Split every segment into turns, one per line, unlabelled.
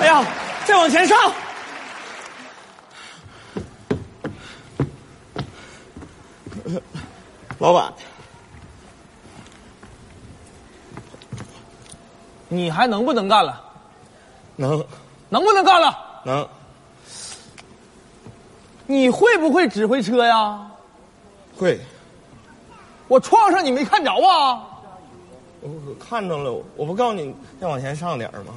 哎站哨！
老板，
你还能不能干了？
能
能不能干了？
能
你会不会指挥车呀？
会，
我撞上你没看着啊？
我我看着了，我不告诉你再往前上点儿吗？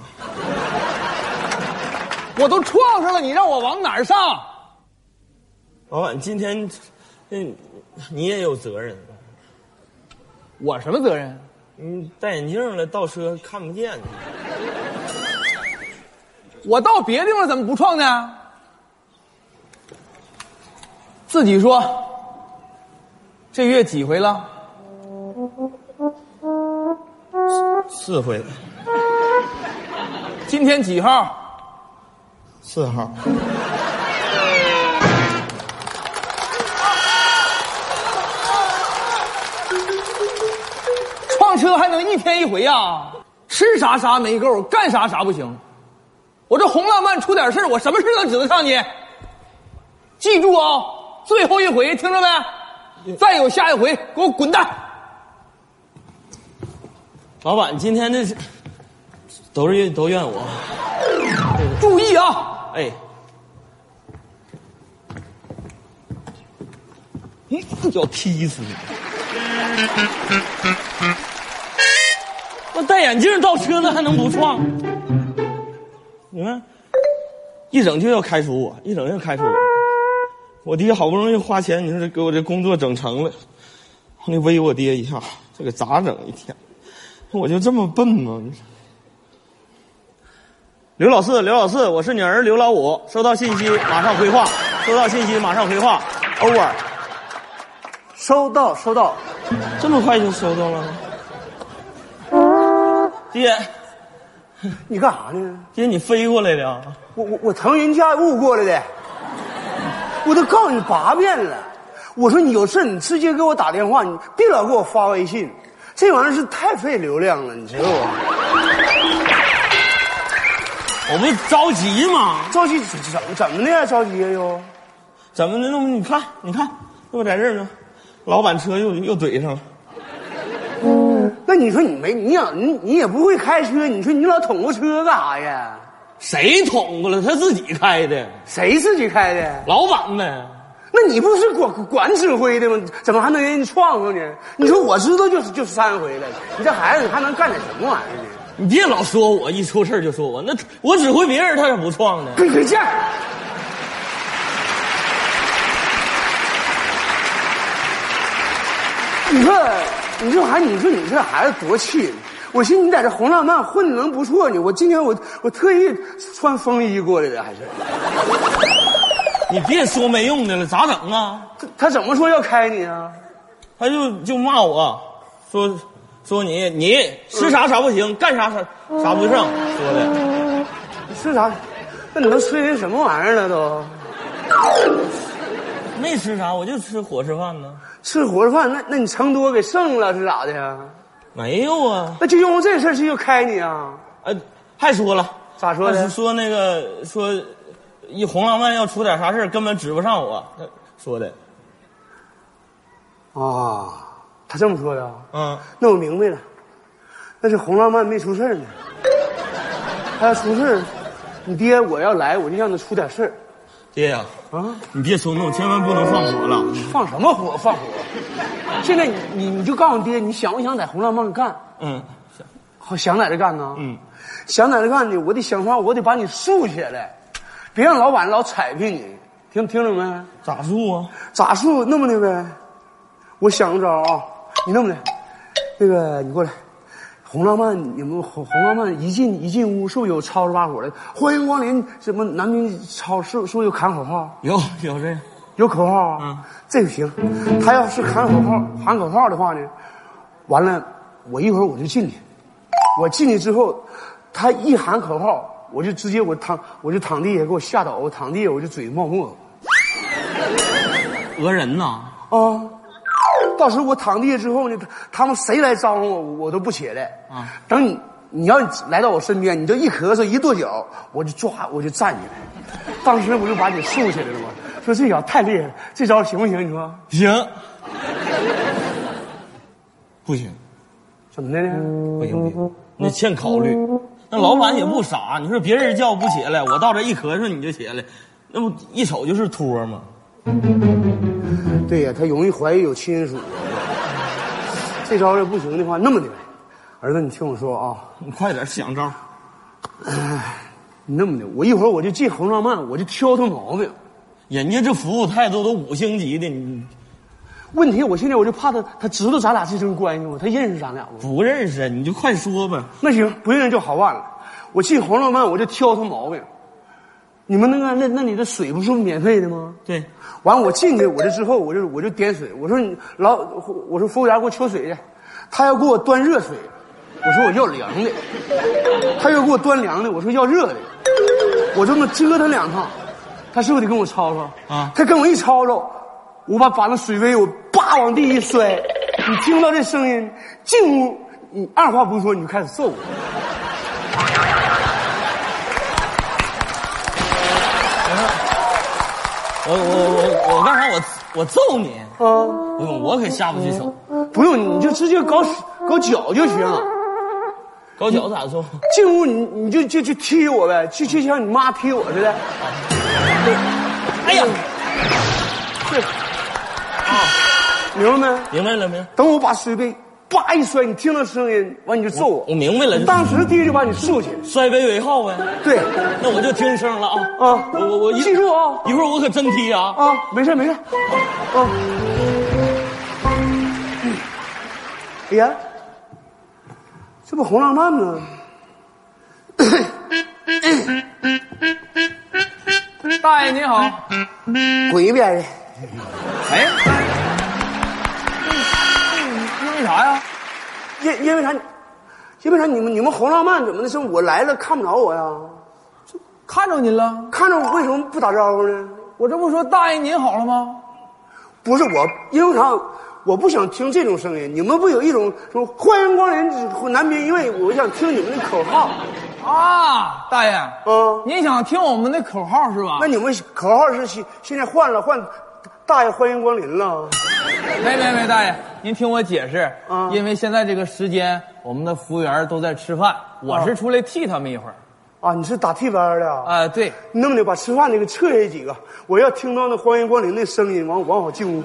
我都撞上了，你让我往哪儿上？
老板，今天，嗯，你也有责任，
我什么责任？
你戴眼镜了，倒车看不见，
我到别地方怎么不撞呢？自己说，这月几回了？
四回，
今天几号？
四号，
撞车还能一天一回呀、吃啥啥没够，干啥啥不行。我这红浪漫出点事儿我什么事儿都指得上你。记住啊、最后一回，听着没？再有下一回，给我滚蛋！
老板，今天这是都是怨都怨我，
注意啊！
哎，嗯要踢死你！我戴眼镜倒车了还能不撞？你看，一整就要开除我，一整就开除我。我爹好不容易花钱，你说这给我这工作整成了，你威我爹一下，这个咋整一天？我就这么笨吗？你说刘老四，刘老四，我是你儿刘老五，收到信息马上回话，收到信息马上回话，over。
收到，收到。
这么快就收到了吗？爹，
你干啥呢？
爹，你飞过来啊的？
我我我腾云驾雾过来的，我都告诉你八遍了。我说你有事你直接给我打电话，你别老给我发微信，这玩意儿是太费流量了，你知道吗？
我不着急吗？
着急怎怎怎么的呀？着急呀又？
怎么的？那不你看，你看，那不在这儿呢，老板车又又怼上了。
那你说你没你想你你也不会开车，你说你老捅过车干啥呀？
谁捅过了？他自己开的，
谁自己开的？
老板呗。
那你不是管管指挥的吗？怎么还能让人撞上呢？你说我知道就是就三回了，你这孩子你还能干点什么玩意儿呢？
你别老说我，一出事儿就说我。那我指挥别人，他咋不撞呢？
给给劲儿！你说，你这孩子，你说你这孩子多气人！我寻思你在这红浪漫混的能不错呢，我今天我我特意穿风衣过来的，还是
你别说没用的了，咋整啊？
他他怎么说要开你啊？
他就就骂我，说说你你吃啥啥不行，干啥啥啥不上，说的。
你吃啥？那你都吹人什么玩意儿了都？
没吃啥，我就吃伙食饭呢。
吃活着饭，那那你成多给剩了是咋的呀？
没有啊，
那就因为这事儿就要开你啊？
呃，还说了，
咋说的
还说那个说，一红浪漫要出点啥事儿，根本指不上我。他说的，
啊，他这么说的啊。
嗯，
那我明白了，那是红浪漫没出事儿呢。他要出事儿，你爹我要来，我就让他出点事儿
爹呀、
啊！
你别冲动，千万不能放火了。
放什么火？放火！现在你你你就告诉爹，你想不想在红浪漫干？
嗯，
好，想在这干呢？
嗯，
想在这干呢，我得想法，我得把你竖起来，别让老板老踩平你，听听着没？
咋住啊？
咋竖那么的呗？我想个招儿啊，你那么的，那个你过来，红浪漫，你们红红浪漫一进一进屋，是不是有吵着把火的？欢迎光临什么南滨超市，是不是有喊口号？
有有这样，
有口号啊？
嗯
这个行，他要是喊口号喊口号的话呢，完了，我一会儿我就进去，我进去之后，他一喊口号，我就直接我躺我就躺地下给我吓倒，我躺地下我就嘴冒沫。
讹人呐！
啊，到时候我躺地下之后呢，他他们谁来招呼我，我都不起来。
啊
等你你要来到我身边，你就一咳嗽一跺脚，我就抓我就站起来，当时我就把你竖起来了嘛。说这招太厉害了，这招行不行？你说
行， 不行，
怎么的呢？
不行不行，你欠考虑。那老板也不傻，你说别人叫不起来，我到这一咳嗽你就起来，那不一瞅就是托吗？
嗯对呀、他容易怀疑有亲属。这招要不行的话，那么的呗，儿子，你听我说啊，
你快点想招。
你那么的，我一会儿我就借红浪漫，我就挑他毛病。
人家这服务态度都五星级的，你
问题我现在我就怕他，他知道咱俩这层关系吗？他认识咱俩不？
不认识你就快说呗。
那行，不认识就好办了。我借红浪漫，我就挑他毛病。你们那个那那里的水不是免费的吗？
对，
完我进去，我这之后我就我就点水，我说你老，我说服务员给我取水去，他要给我端热水，我说我要凉的，他又给我端凉的，我说要热的，我这么折腾两趟，他是不是得跟我吵吵
啊
他跟我一吵吵，我把把那水杯我叭往地一摔，你听到这声音，进屋，你二话不说你就开始揍我。
我我我我干啥？我我揍你？
啊，
不用，我可下不去
嗯
手。
不用，你就直接搞搞脚就行。
高脚咋揍？
进屋你你就就就踢我呗，就就像你妈踢我似的。
哎呀，
是，哎啊明白没？
明白了没？
等我把水杯叭一摔，你听到声音，完你就揍我。
我明白了，
当时第一就把你竖起来。
摔杯为号呗。啊
对，
那我就听声了啊
啊
我我我一
记住啊
一会儿我可真踢啊！
啊，没事没事。啊，嗯哎呀，这不红浪漫吗？
大爷您好，
滚一边去！
哎，因为啥呀？
因因为啥？因为啥？你们你们红浪漫怎么的？是我来了看不着我呀？
看着您了，
看着我为什么不打招呼呢？
我这不说大爷您好了吗？
不是我，因为啥？我不想听这种声音。你们不有一种说欢迎光临南边一位，我想听你们的口号
啊，大爷，
啊。
您想听我们的口号是吧？
那你们口号是现现在换了，换大爷欢迎光临了。
没没没，大爷，您听我解释，
啊
因为现在这个时间，我们的服务员都在吃饭，我
啊
是出来替他们一会儿。
啊，你是打替班的啊？
啊、对，
你那么的把吃饭那个撤下几个，我要听到那欢迎光临的声音，完完好进屋。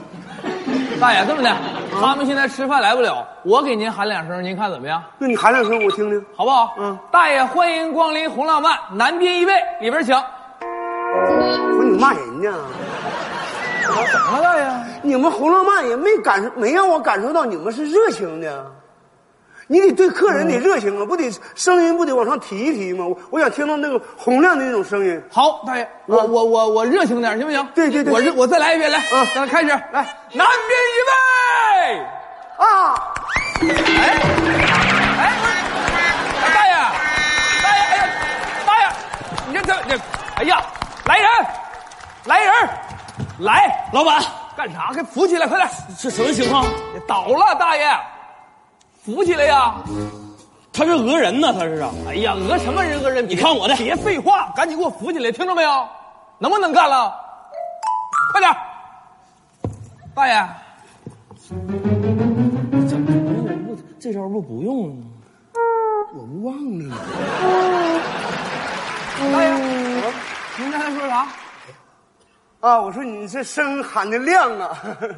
大爷这么
啊
的，他们现在吃饭来不了，我给您喊两声，您看怎么样？
那你喊两声我听听。
好不好？
嗯，
大爷欢迎光临红浪漫，南边一位，里边请。
我说你骂人呢？
怎么了，大爷？
你们红浪漫也没感受，没让我感受到你们是热情的。你得对客人得热情啊，不得声音不得往上提一提吗？我我想听到那个洪亮的那种声音。
好，大爷，我、
嗯
我我我热情点行不行？
对对对
我热，我再来一遍，来，
嗯
咱开始，来，南边一位。
啊，
哎，不是，哎大爷，大爷，哎呀，大爷，你这这这，哎呀，来人，来人，来，
老板，
干啥？给扶起来，快点！
这什么情况？
倒了，大爷，扶起来呀！
他是讹人呢，他是啊！
哎呀，讹什么人讹人？你
你看我的
别废话，赶紧给我扶起来，听着没有？能不能干了？快点，大爷，
不，这招不不用了吗？
我忘了。
大爷，您刚才说啥？
啊，我说你这声喊的亮啊，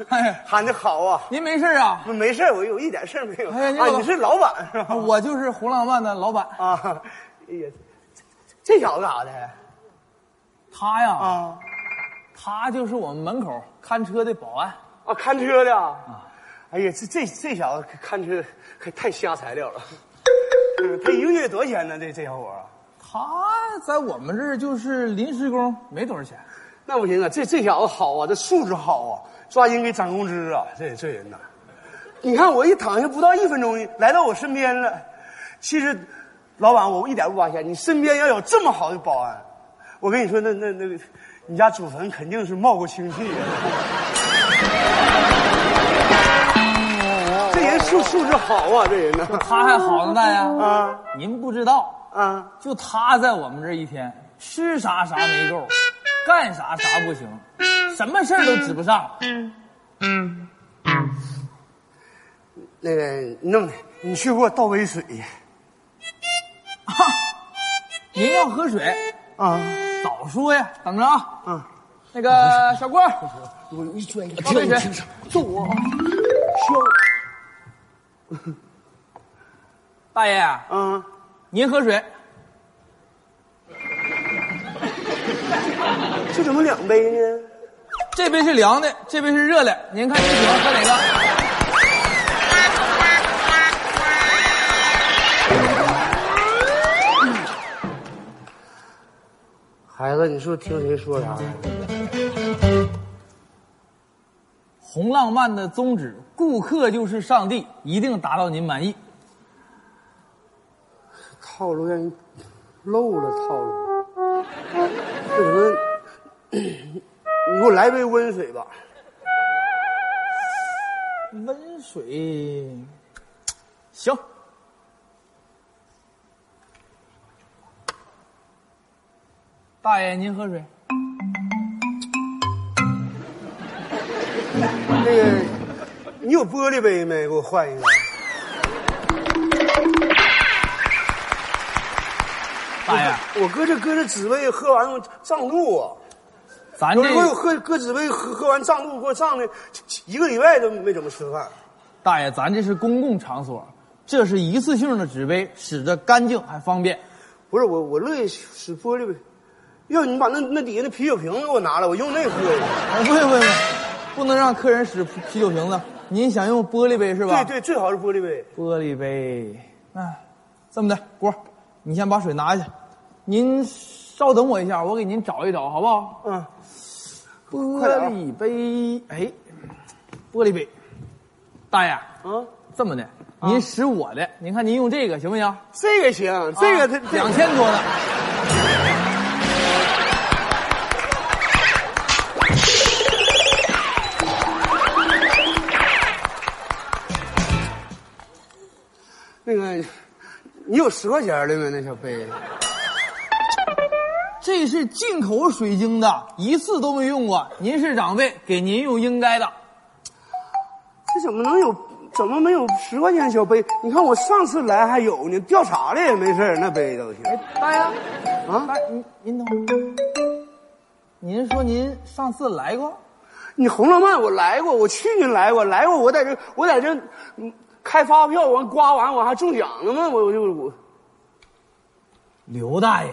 哎
喊的好啊。
您没事啊？
没事儿，我有一点事儿没有。
哎呀你
啊，
老
你是老板是吧？
我就是胡浪漫的老板，
啊，哎呀，这这小子咋的？
他呀，
啊
他就是我们门口看车的保安。
啊，看车的啊。哎呀，这这这小子看车可太瞎材料了。嗯他一个月多少钱呢？这这小伙儿啊。
他在我们这儿就是临时工，没多少
哦
钱。
那不行啊，这这小子好啊，这素质好啊，抓紧给涨工资啊！这这人呐，你看我一躺下不到一分钟，来到我身边了。其实，老板，我一点不扒瞎，你身边要有这么好的保安，我跟你说，那那那个，你家祖坟肯定是冒过清气啊。这人素素质好啊，这人呢，
他还好呢，大爷，
啊
您不知道，
啊，
就他在我们这一天吃啥啥没够，干啥啥不行，什么事儿都指不上。
那个你弄的，你去给我倒杯水
您要喝水，
啊
早说呀，等着啊。
啊！
那个小郭，
哦
啊
我一摔，
倒杯水，
揍我！
大爷，
啊，
您喝水。
这怎么两杯呢？
这杯是凉的，这杯是热的，您看您喜欢喝哪个？
孩子，你是不是听谁说啥？
红浪漫的宗旨，顾客就是上帝，一定达到您满意。
套路让人漏了套路。那什么，你给我来杯温水吧。
温水，行。大爷，您喝水。
那个，你有玻璃杯没？给我换一个。
大爷，
我搁这搁这纸杯喝完我胀肚啊！
咱
有时候我有
这
喝搁纸杯喝喝完胀肚，给我胀的一个礼拜都没怎么吃饭。
大爷，咱这是公共场所，这是一次性的纸杯，使着干净还方便。
不是我，我乐意使玻璃杯。要你把那那底下那啤酒瓶给我拿来，我用那喝去。
哎，不不不，不能让客人使啤酒瓶子。您想用玻璃杯是吧？
对对，最好是玻璃杯。
玻璃杯。哎，这么的，郭，你先把水拿去，您稍等我一下，我给您找一找，好不好？
嗯，
玻
快点啊
璃杯，哎，玻璃杯，大爷，
啊，
这么的，您使我的，您看您用这个行不行？啊
这个行，这个它这
两千多呢。
那个，你有十块钱的吗？那小杯？
这是进口水晶的，一次都没用过。您是长辈，给您用应该的。
这怎么能有？怎么没有十块钱小杯？你看我上次来还有呢，调查了也没事儿那杯都行。
哎，大爷，
啊
大爷，哎您您等会儿，您说您上次来过？
你红浪漫我来过，我去年来过，来过我在这我在这嗯开发票完刮完我还中奖了吗？我我就我
刘大爷，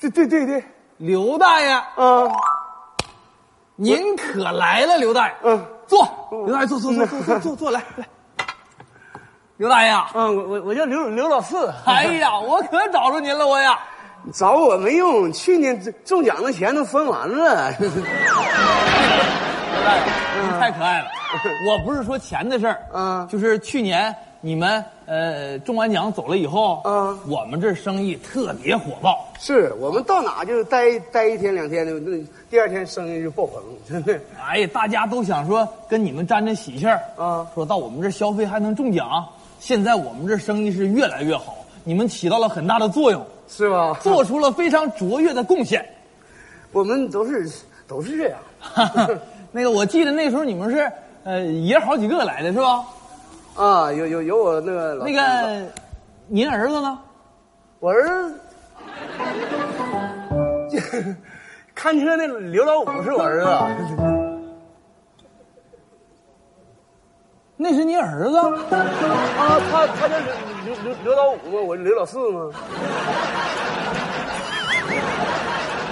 对对对对，
刘大爷，
啊
您可来了，刘大爷。
嗯
坐，刘大爷坐坐坐坐坐坐坐来来。刘大爷啊，
啊，我我我叫刘刘老四，
哎呀，我可找着您了，我呀。
你找我没用，去年中中奖的钱都分完了。
刘大爷，你太可爱了。我不是说钱的事儿，
嗯
就是去年你们呃中完奖走了以后，
嗯
我们这生意特别火爆。
是我们到哪就待待一天两天的，那第二天生意就爆棚，真的。
哎，大家都想说跟你们沾沾喜气儿
啊
说到我们这消费还能中奖，现在我们这生意是越来越好，你们起到了很大的作用，
是吧？
做出了非常卓越的贡献。
我们都是都是这样。
那个，我记得那时候你们是呃爷好几个来的是吧？
啊，有有有我那个老
那
三子
个，您儿子呢？
我儿子， 看车那刘老五是我儿 子，
那是你儿子？
啊，他他叫刘刘刘刘老五吗？我是刘老四吗？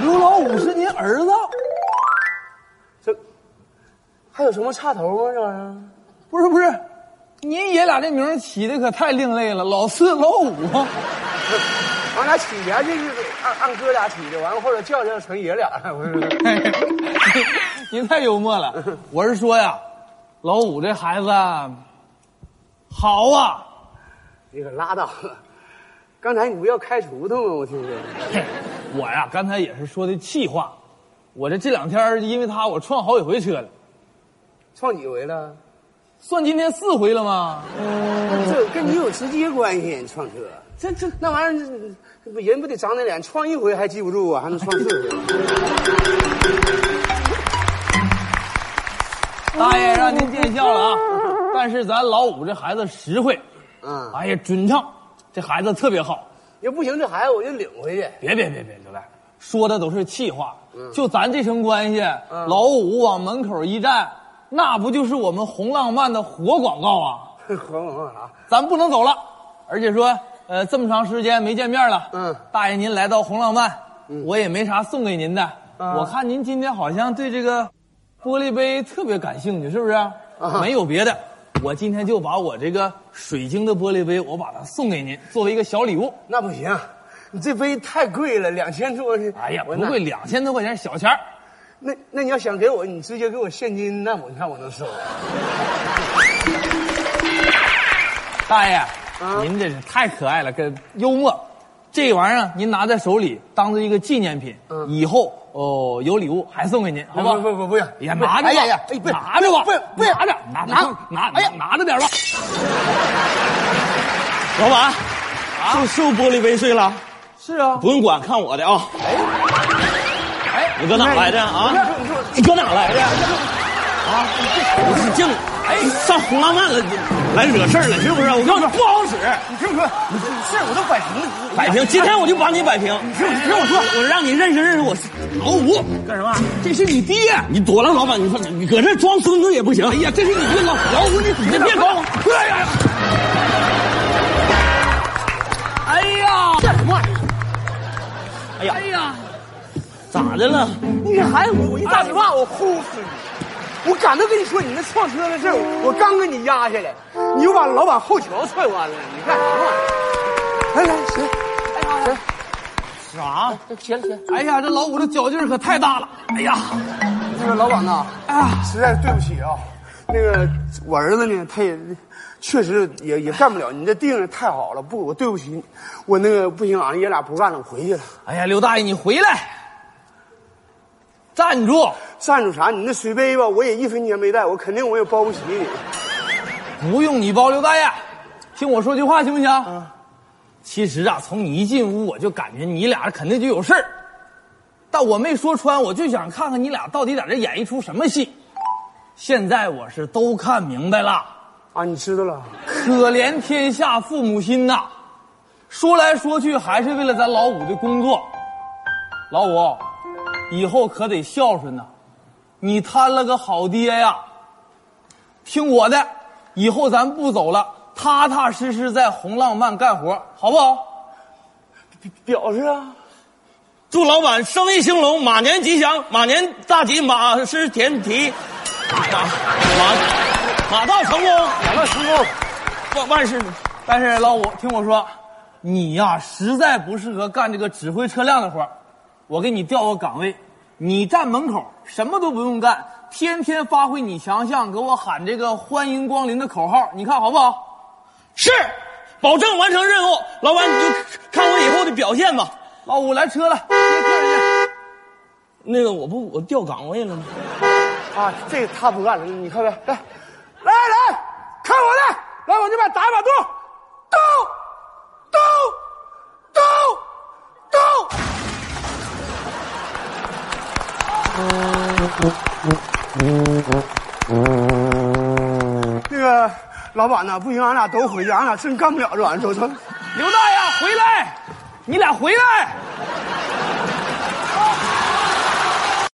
刘老五是您儿子？
这还有什么差头吗？这玩意儿？
不是不是，您爷俩这名儿起的可太另类了，老四老五。
俺俩起家就是按按哥俩起的，完了后来叫叫成爷俩了，不是？
您太幽默了。我是说呀，老五这孩子好啊，
你可拉倒吧！刚才你不要开除他吗？我听说。
我呀刚才也是说的气话，我这这两天因为他我撞好几回车了，
撞几回了？
算今天四回了吗？
这跟你有直接关系，你创车。这这那玩意儿，这不人不得长点脸，创一回还记不住啊，还能创四回？
大爷让您见笑了啊！但是咱老五这孩子实惠，
嗯
哎呀准唱，这孩子特别好。
要不行，这孩子我就领回去。
别别别别，刘大爷说的都是气话，就咱这层关系，老五往门口一站，那不就是我们红浪漫的活广告啊？
黄广告啥？
咱不能走了，而且说，呃，这么长时间没见面了，
嗯，
大爷您来到红浪漫，我也没啥送给您的，
啊
我看您今天好像对这个玻璃杯特别感兴趣，是不是？
啊
没有别的，我今天就把我这个水晶的玻璃杯，我把它送给您，作为一个小礼物。
那不行，你这杯太贵了，两千多。
哎呀，不
我
贵，两千多块钱小钱儿
那那那你要想给我，你直接给我现金，那我你看我能收。
大爷，
啊
您这是太可爱了，跟幽默。这玩意儿您拿在手里，当做一个纪念品，
嗯
以后哦有礼物还送给您，好不好？
不不不不用，
也拿着吧，
哎呀呀，哎不是
拿着吧，
不是不是
拿着，拿拿拿，哎呀，拿着点吧。
老板，是是不是玻璃杯碎了？
是啊，
不用管，看我的啊！
哎
你搁哪来的啊？你搁哪来的？啊！你净哎上红浪漫了，你来惹事儿了是不啊是？我告诉你不好使，
你听我说，你这事儿我都摆平了。
摆平！今天我就把你摆平。你听我说，我让你认识认识我老五干什么？
这是你爹，
你躲了，老板，你快点你搁这装孙子也不行。哎呀，这是你爹老老五，你你别搞我！哎呀，
哎呀，
哎呀
哎，呀，
咋的了？
你还我我一大嘴巴，我呼死你！我敢都跟你说，你那撞车的事儿，我刚给你压下来，你又把老板后桥踹弯了，你干什么玩意儿？来来，行，
啥？
行了行了，
哎呀，这老五这脚劲儿可太大了。哎呀，
那个老板呐，
啊，
实在是对不起啊，那个我儿子呢，他也确实也也干不了，你这定的太好了，不，我对不起你，我那个不行，俺爷俩不干了，我回去了。
哎呀，刘大爷你回来，站住！
站住啥？你那水杯吧，我也一分钱没带，我肯定我也包不起你。
不用你包，刘大爷，听我说句话行不行？其实啊，从你一进屋，我就感觉你俩肯定就有事儿，但我没说穿，我就想看看你俩到底在这演一出什么戏。现在我是都看明白了，
啊，你知道了。
可怜天下父母心呐，说来说去还是为了咱老五的工作。老五，以后可得孝顺呐、你摊了个好爹呀。听我的，以后咱不走了，踏踏实实在红浪漫干活，好不好？
表示啊，
祝老板生意兴隆，马年吉祥，马年大吉，马是前蹄，马马马到成功，
两万成功。
万万事。
但是老五，听我说，你呀、实在不适合干这个指挥车辆的活儿我给你调个岗位，你站门口，什么都不用干，天天发挥你强项，给我喊这个“欢迎光临”的口号，你看好不好？
是，保证完成任务。老板，你就看我以后的表现吧。
老五来车了，接客人去。
那个，我不，我调岗位了吗？
啊，这个他不干了，你看看，来，来来，看我的，来往这边打一把洞，咚，咚，咚，咚。那个老板呐，不行，俺俩都回去，俺俩真干不了这玩意儿，都都。
刘大爷回来，你俩回来，